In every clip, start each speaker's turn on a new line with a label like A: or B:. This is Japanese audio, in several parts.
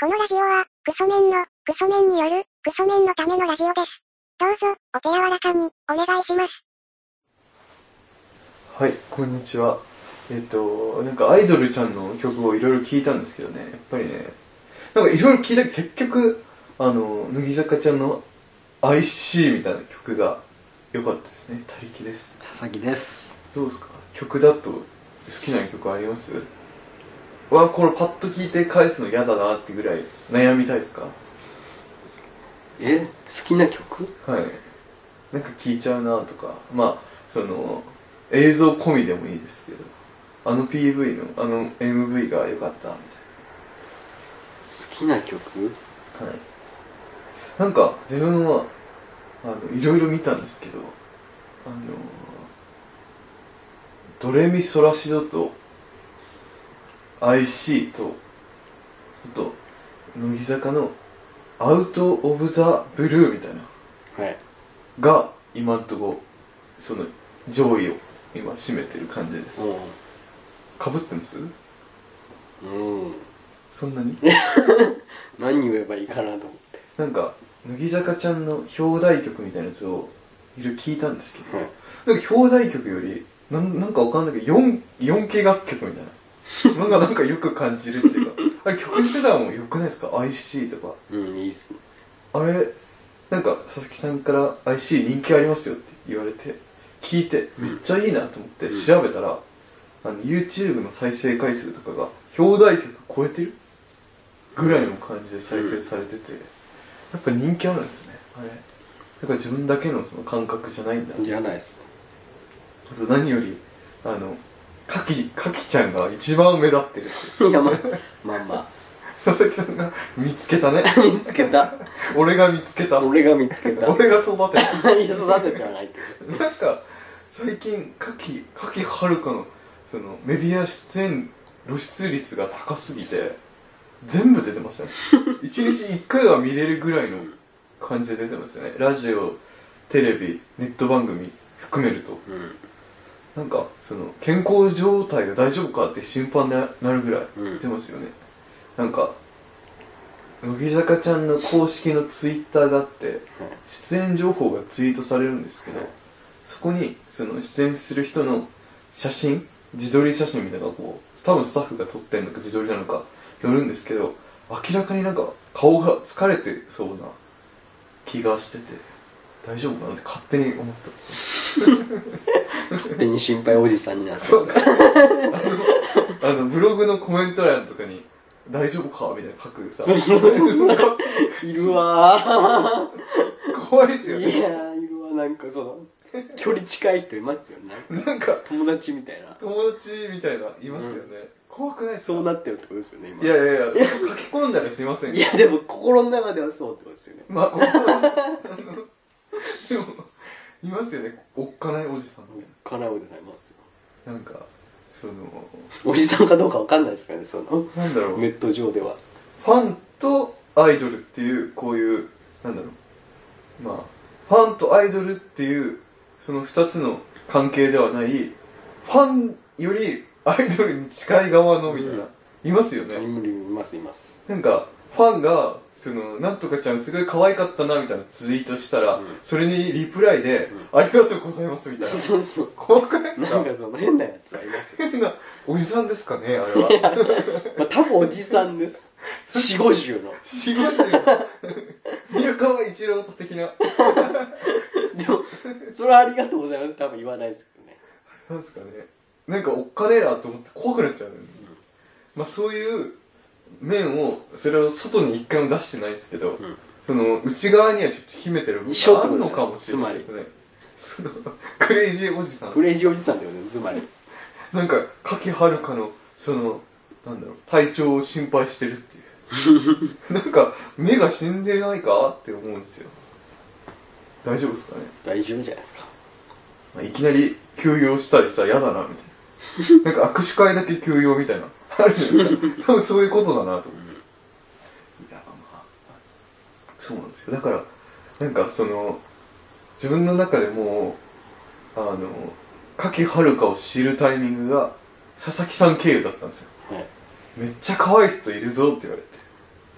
A: このラジオは、クソメンの、クソメンによる、クソメンのためのラジオです。どうぞ、お手柔らかに、お願いします。
B: はい、こんにちは。えっと、なんかアイドルちゃんの曲をいろいろ聞いたんですけどね、やっぱりね、なんかいろいろ聞いたけど、結局、あの、乃木坂ちゃんの IC みたいな曲が良かったですね、他力です。
C: 佐々木です
B: どうですか曲だと好きな曲ありますうわ、これパッと聞いて返すの嫌だなってぐらい悩みたいですか
C: え好きな曲
B: はい。なんか聞いちゃうなとか、まあ、その、映像込みでもいいですけど、あの PV の、あの MV が良かったみ
C: 好きな曲
B: たいな。はい。なんか、自分は、あの、いろいろ見たんですけど、あの、ドレミソラシドと、IC と、あと、乃木坂の、アウト・オブ・ザ・ブルーみたいな。
C: はい
B: が今んとこその上位を今占めてる感じですかぶってます
C: うんうん
B: そんなに
C: 何言えばいいかなと思って
B: なんか乃木坂ちゃんの表題曲みたいなやつをいろいろ聞いたんですけど、
C: はい
B: なんか表題曲よりなんなんかわかんないけど 4, 4系楽曲みたいななんかなんかよく感じるっていうかあれ曲自体も良くないですか IC とか
C: うんいいっすね
B: あれなんか佐々木さんから IC 人気ありますよって言われて聞いてめっちゃいいなと思って
C: うん
B: 調べたら、あの YouTube の再生回数とかが表題曲超えてるぐらいの感じで再生されてて、やっぱ人気あるんですねあれだから自分だけのその感覚じゃないんだ
C: じゃないっすね
B: そう何よりあのかきかきちゃんが一番目立ってるって
C: いやまあまあま
B: 佐々木さんが見つけたね
C: あ見つけた
B: 俺が見つけた
C: 俺が見つけ たい
B: 俺が育てた
C: や育ててはないけ
B: なんか最近柿柿はるかのそのメディア出演露出率が高すぎて全部出てますよね一日一回は見れるぐらいの感じで出てますよねラジオテレビネット番組含めると
C: どうん
B: なんかその健康状態が大丈夫かって心配になるぐらい出てますよね、なんか乃木坂ちゃんの公式のツイッターがあって出演情報がツイートされるんですけど、
C: はい
B: そこにその出演する人の写真自撮り写真みたいなのがこう多分スタッフが撮ってんのか自撮りなのかよるんですけど明らかになんか顔が疲れてそうな気がしてて大丈夫かなって勝手に思ったんですよ
C: 勝手に心配おじさんになって
B: そうか あのあのブログのコメント欄とかに「大丈夫か?」みたいな書くさ
C: そうそういるわ
B: 怖いですよ
C: ー
B: ね
C: いやーいるわなんかその距離近い人いますよね
B: なんか
C: 友達みたいな
B: 友達みたいないますよね、怖くないですか
C: そうなってるってことですよね今
B: いやいやいや、書き込んだらしません
C: い
B: よ。
C: やでも心の中ではそうってことですよね
B: まあ、ここ は、あのでも、いますよね、おっかないおじさんみたい
C: かなおでさんいますよ
B: な。なんか、その、
C: おじさんかどうかわかんないですからねその
B: なんだろう、
C: ネット上では
B: ファンとアイドルっていう、こういう、なんだろう、まあ、ファンとアイドルっていう、その二つの関係ではない、ファンよりアイドルに近い側の、みたいな、いますよね。
C: 無理いますいます
B: なんか、ファンが、その、なんとかちゃんすごい可愛かったな、みたいなツイートしたら、
C: うん
B: それにリプライで、
C: う
B: ありがとうございます、みたいな。
C: そうそう
B: 怖くないで
C: なん
B: すか
C: かその変なやつはいますよ
B: 変な、おじさんですかね、あれは。
C: まあ多分おじさんです四五十の
B: 死後ですよ。 宮川一郎と的な。
C: でもそれはありがとうございます多分言わないですけどね
B: なんですかね。なんかおっかねえなと思って怖くなっちゃう、ねまあそういう面を、それを外に一回も出してないですけど、
C: ん
B: その内側にはちょっと秘めてる部
C: 一緒
B: 分
C: っ
B: がある
C: てことだ
B: の
C: よ
B: かもしれない
C: つまり
B: ですね。その、クレイジーおじさん
C: ク。レイジーおじさんだよねつまり
B: なんか、柿遥かの、その、なんだろう、体調を心配してるっていう。 なんか、目が死んでないかって思うんですよ。大丈夫ですかね、
C: 大丈夫じゃないですか
B: まあいきなり休養したりしたら嫌だな、みたいな。なんか握手会だけ休養みたいな。あるじゃないですか。多分そういうことだなと思って。いや、まあ、そうなんですよ。だから、なんかその、自分の中でもう、あの、柿遥かを知るタイミングが、佐々木さん経由だったんですよ。
C: はい
B: めっちゃ可愛い人いるぞって言われて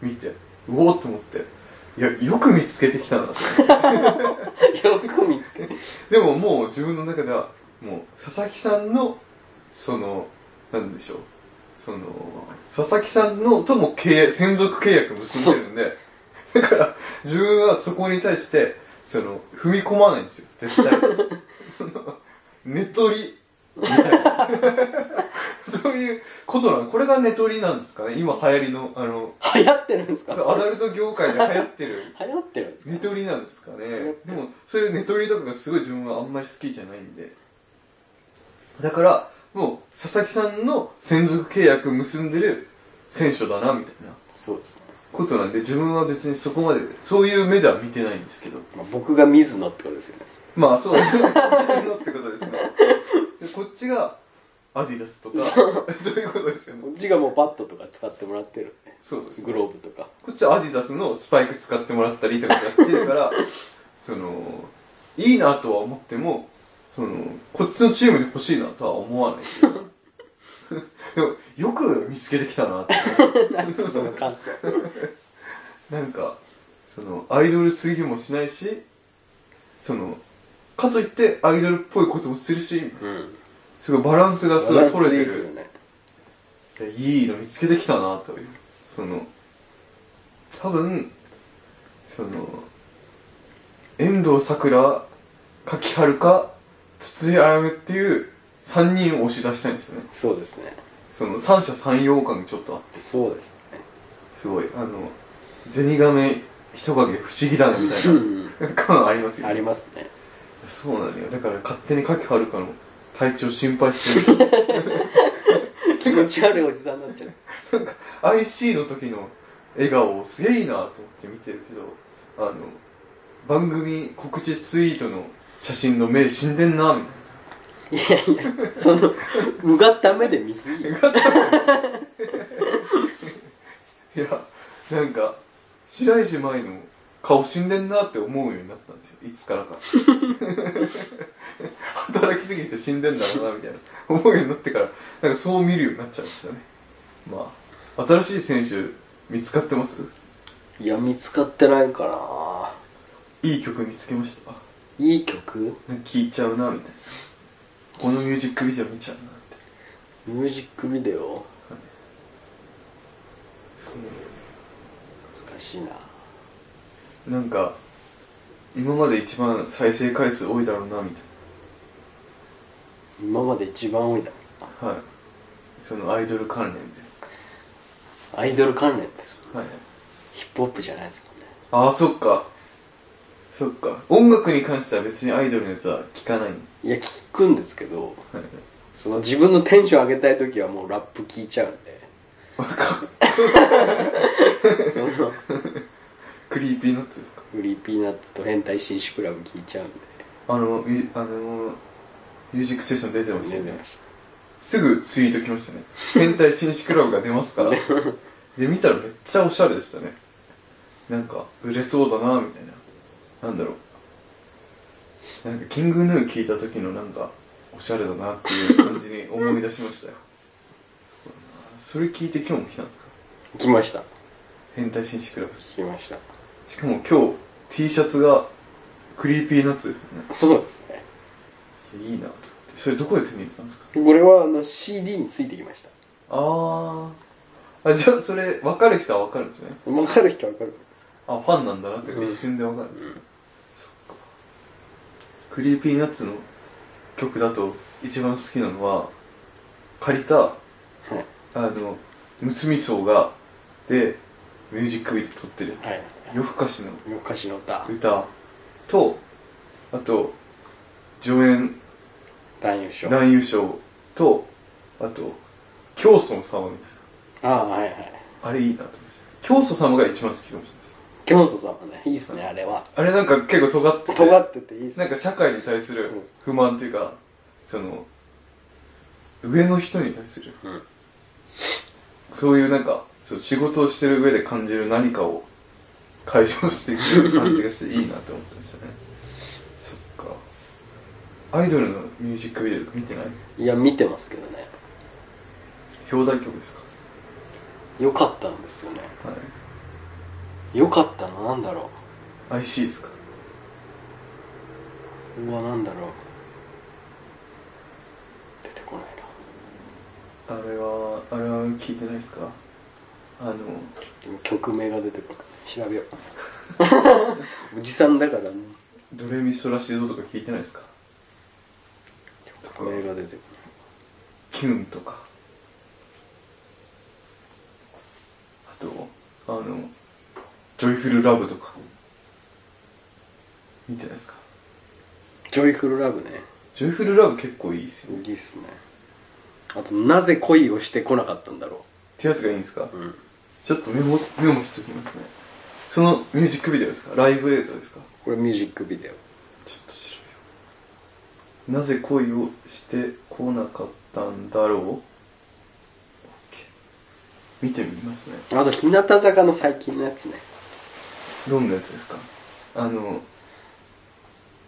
B: 見てうおーって思っていやよく見つけてきたなと
C: よく見つけ
B: でももう自分の中ではもう佐々木さんのそのなんでしょうその佐々木さんのとも契約専属契約結んでるんでだから自分はそこに対してその踏み込まないんですよ絶対その寝取りみたいな そういうことなのこれが寝取りなんですかね今流行りのあの
C: 流行ってるんですか
B: アダルト業界で流行ってる
C: 流行ってるんですか
B: 寝取りなんですかね
C: やって
B: でもそういう寝取りとかがすごい自分はあんまり好きじゃないんでだからもう佐々木さんの専属契約結んでる選手だなみたいな
C: そうですね、
B: ことなんで自分は別にそこまでそういう目では見てないんですけど
C: まあ、僕が水野ってことですよね
B: まあそうのってことですねでこっちがアディダスとか そういうことですよね
C: こっちがもうバットとか使ってもらってるんで
B: そうですね
C: グローブとか
B: こっちはアディダスのスパイク使ってもらったりとかやってるからそのいいなとは思ってもそのこっちのチームに欲しいなとは思わないっていうかでもよく見つけてきたなって
C: 何ですかその感想
B: なんかそのアイドルすぎもしないしそのかといってアイドルっぽいこともするし
C: うん
B: すごいバランスがすごい取れてる
C: よね
B: いやいいの見つけてきたなというその多分その遠藤さくら柿春か筒井あやめっていう3人を押し出したいんですよね
C: そうですね
B: その三者三様感がちょっとあって
C: そうです
B: すごいあの銭亀人影不思議だねみたい
C: ね
B: な感ありますよ
C: あ
B: ね
C: りますね
B: そうなのよだから勝手に柿春かの体調心配してる
C: 気持ち悪いおじさんになっちゃう
B: IC の時の笑顔すげえいいなと思って見てるけどあの番組告知ツイートの写真の目死んでんなみ
C: いやいやそのうがった目で見すぎ
B: たい
C: よ
B: な よかったですいやなんか白石麻衣の顔死んでんなって思うようになったんですよいつからか働きすぎて死んでんだろうなみたいな思うようになってからなんかそう見るようになっちゃいましたねまあ新しい選手見つかってます
C: いや見つかってないか
B: いい曲見つけました
C: ないい曲
B: 聴いちゃうなみたいなこのミュージックビデオ見ちゃうなって
C: ミュージックビデオ
B: そう
C: 難しいな
B: なんか今まで一番再生回数多いだろうなみたい
C: 今まで一番多いだ
B: なはいそのアイドル関連で
C: アイドル関連ですもん
B: はい
C: ヒップホップじゃないですもんね
B: ああそっかそっか音楽に関しては別にアイドルのやつは聞かないの
C: いや聞くんですけど
B: はい
C: その自分のテンション上げたい時はもうラップ聞いちゃうんで
B: わか
C: その
B: クリーピーナッツですか
C: グリーピーナッツと変態紳士クラブ聞いちゃうんで
B: あのミュあのミュージックステーション出てましたよね
C: ね
B: すぐツイート来ましたね変態紳士クラブが出ますからで見たらめっちゃおしゃれでしたねなんか売れそうだなみたいななんだろうなんかキングヌー聞いた時のなんかおしゃれだなっていう感じに思い出しましたよそうだなそれ聞いて今日も来たんですか
C: 来ました
B: 変態紳士クラブ
C: 来ました
B: しかも今日 T シャツがクリーピーナッツですね
C: そうですね
B: いいなと思ってそれどこで手に入れたんですか
C: これはあの CD についてきました
B: あーあじゃあそれ分かる人は分かるんですね
C: 分かる人は分かる
B: あファンなんだなっていうか一瞬で分かるんですね、そっかクリーピーナッツの曲だと一番好きなのは借りた
C: はい
B: あのむつみそうがでミュージックビデオ撮ってるやつ、
C: はい
B: 夜更かしの
C: 昔の歌
B: 歌とあと上演
C: 男優賞あ
B: 男優賞とあと教祖の様みたい
C: あはいはい
B: なあれいいなと思いました教祖様が一番好きかもしれないです
C: 教祖様ねいいっすねあれは
B: あれなんか結構尖ってて
C: 尖ってていいっす
B: なん
C: ね
B: か社会に対する
C: そう
B: 不満というかその上の人に対する、
C: うん
B: そういうなんかそう仕事をしてる上で感じる何かを解消してくれる感じがしていいなって思ってましたねそっかアイドルのミュージックビデオとか見てない
C: いや見てますけどね
B: 表題曲です
C: 良かったんですよね
B: かはい
C: 良かったのなんだろ
B: IC ですか
C: ううわなんだろう出てこないな
B: あれはあれは聞いてないですかあの
C: でも曲名が出てこない調べよう おじさんだからね
B: ドレミソラシドとか聞いてないですか
C: 曲名が出てこ
B: キュンとかあとあのジョイフルラブとか見てないですか
C: ないジョイフルラブね
B: ジョイフルラブ結構いいですよ
C: いいっすねあとなぜ恋をしてこなかったんだろ
B: ってやつがいいんですか
C: ううん
B: ちょっとメモメモしときますねそのミュージックビデオですかライブ映像ですか
C: これミュージックビデオ
B: ちょっと調べようなぜ恋をしてこなかったんだろう OK 見てみますね
C: あと日向坂の最近のやつね
B: どんなやつですかあの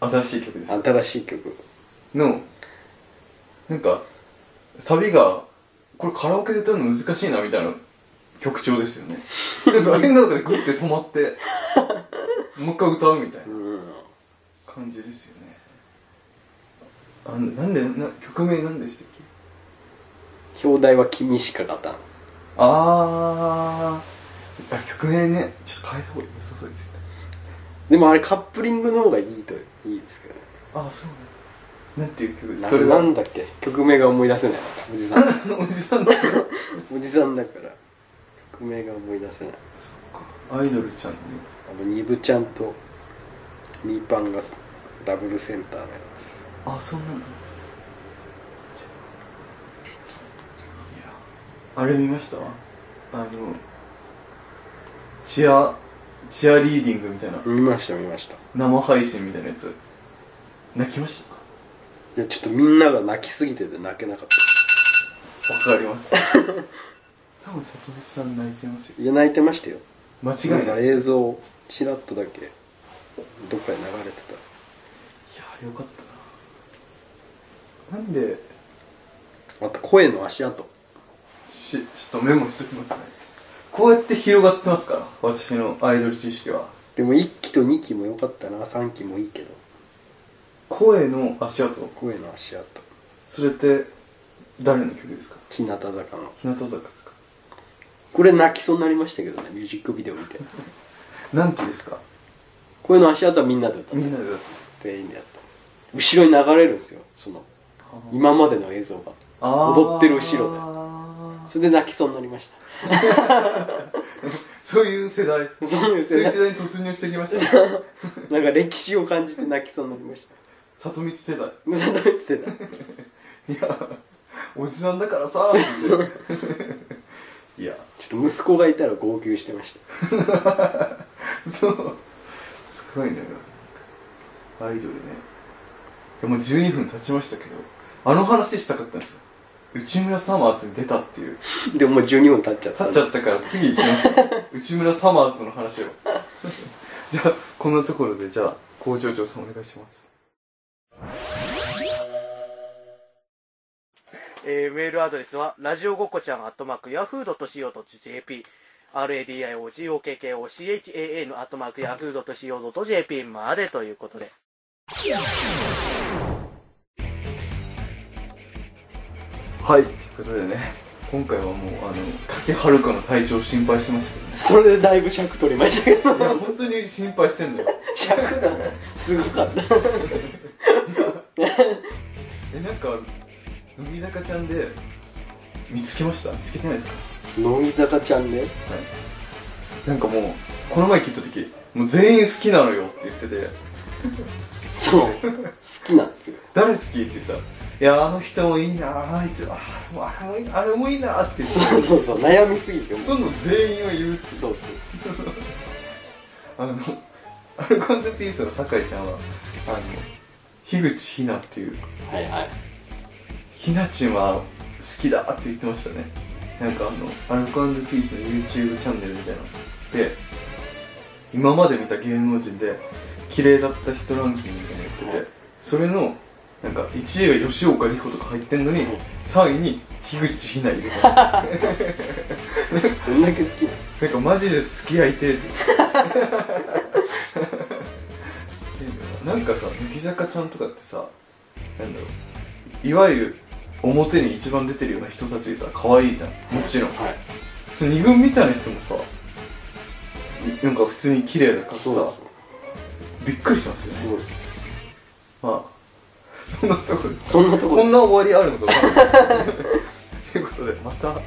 B: 新しい曲ですか
C: 新しい曲
B: のなんかサビがこれカラオケで歌うの難しいなみたいな曲調ですよ ねなんかあれの中でグッて止まってもう一回歌うみたいな
C: うん
B: 感じですよねあなんでな曲名なんでしたっけ
C: 表題は君しか勝たん
B: あーあ曲名ねちょっと変えた方が良さそうですよね
C: でもあれカップリングの方がいいといいですけどね
B: ああそうなんだなんていう曲です
C: な
B: かそれ
C: な
B: は
C: んだっけ曲名が思い出せないおじさ ん
B: おじさんだから
C: おじさんだから曲名が思い出せない
B: アイドルちゃんね
C: あのニブちゃんとミーパンがダブルセンターのやつ
B: あそんなのなんですかいやあれ見ましたあのチアチアリーディングみたいな
C: 見ました見ましたい
B: 生配信みたいなやつ泣きました
C: やちょっとみんなが泣きすぎてて泣けなかっ
B: わかります 多分里口さん泣いてますよ
C: たいや泣いてましたよ
B: 間違
C: なん
B: いない
C: か
B: ですいや
C: 映像をチラッとだけどっかで流れて
B: よかったななんで
C: たあと声の足跡
B: しちょっとメモしときますねこうやって広がってますから私のアイドル知識は
C: でも1期と2期も良かったな3期もいいけど
B: 声の足跡
C: 声の足跡
B: それって誰の曲ですか
C: 日向坂の
B: 日向坂ですか
C: これ泣きそうになりましたけどねミュージックビデオ見て
B: 何期ですか
C: 声の足跡はみんなで歌っ
B: みん
C: た
B: なでだって
C: 全員でやった後ろに流れるんですよその今までの映像が
B: あー
C: 踊ってる後ろでそれで泣きそうになりました
B: そういう世代
C: そういう
B: そういう
C: 世代
B: 世代に突入してきましたね
C: なんか歴史を感じて泣きそうになりました
B: 里光世代
C: 無駄な世代
B: いやおじさんだからさ いや
C: ちょっと息子がいたら号泣してました
B: そうすごいねアイドルねいやもう12分経ちましたけどあの話したかったんですよ内村サマーズに出たっていう
C: でももう12分経っちゃった
B: 経っちゃったから次行き ます内村サマーズの 話をじゃあこんなところでじゃあ工場長さんお願いします
D: えーメールアドレスは、ラジオごこちゃん、アットマーク、ヤフードとしようと JP、radiogokkoCHAA のアットマーク、ヤフードとしようと JP までということで。
B: はいということでね今回はもうあの竹はるかの体調心配してました けどね
C: それでだいぶ尺取りましたけど
B: いや本当に心配してんだよ
C: 尺がすごかった
B: えなんか乃木坂ちゃんで見つけました見つけてないですか
C: 乃木坂ちゃんね
B: なんかもうこの前聞いた時もう全員好きなのよって言ってて
C: そう好きなんですよ
B: 誰好きって言ったらいやあの人もいいなあいつああれもいいあれもいいなって言 って
C: そうそうそう悩みすぎてもう
B: どんどん全員を言うって
C: そうそう
B: あのアルコピースの酒井ちゃんはあの樋口ひなっていう
C: はいはい
B: ひなちんは好きだって言ってましたねなんかあのアルコピースの YouTube チャンネルみたいなので今まで見た芸能人で綺麗だった人ランキングみたいなのやってて、
C: はい
B: それのなんか1位が吉岡里帆とか入ってんのに、
C: はい
B: 3位に樋口ひないるな
C: どんだけ好きなの
B: んかマジで付き合いてえってすげえななんかさ乃木坂ちゃんとかってさなんだろういわゆる表に一番出てるような人たちでさ可愛いじゃんもちろん、
C: はい
B: その二軍みたいな人もさいなんか普通に綺麗だから
C: そうで
B: さびっくりしますよ
C: す
B: ね
C: そうです
B: まあそんなとこですか
C: そんなと こ
B: こんな終わりあるのかなということでまた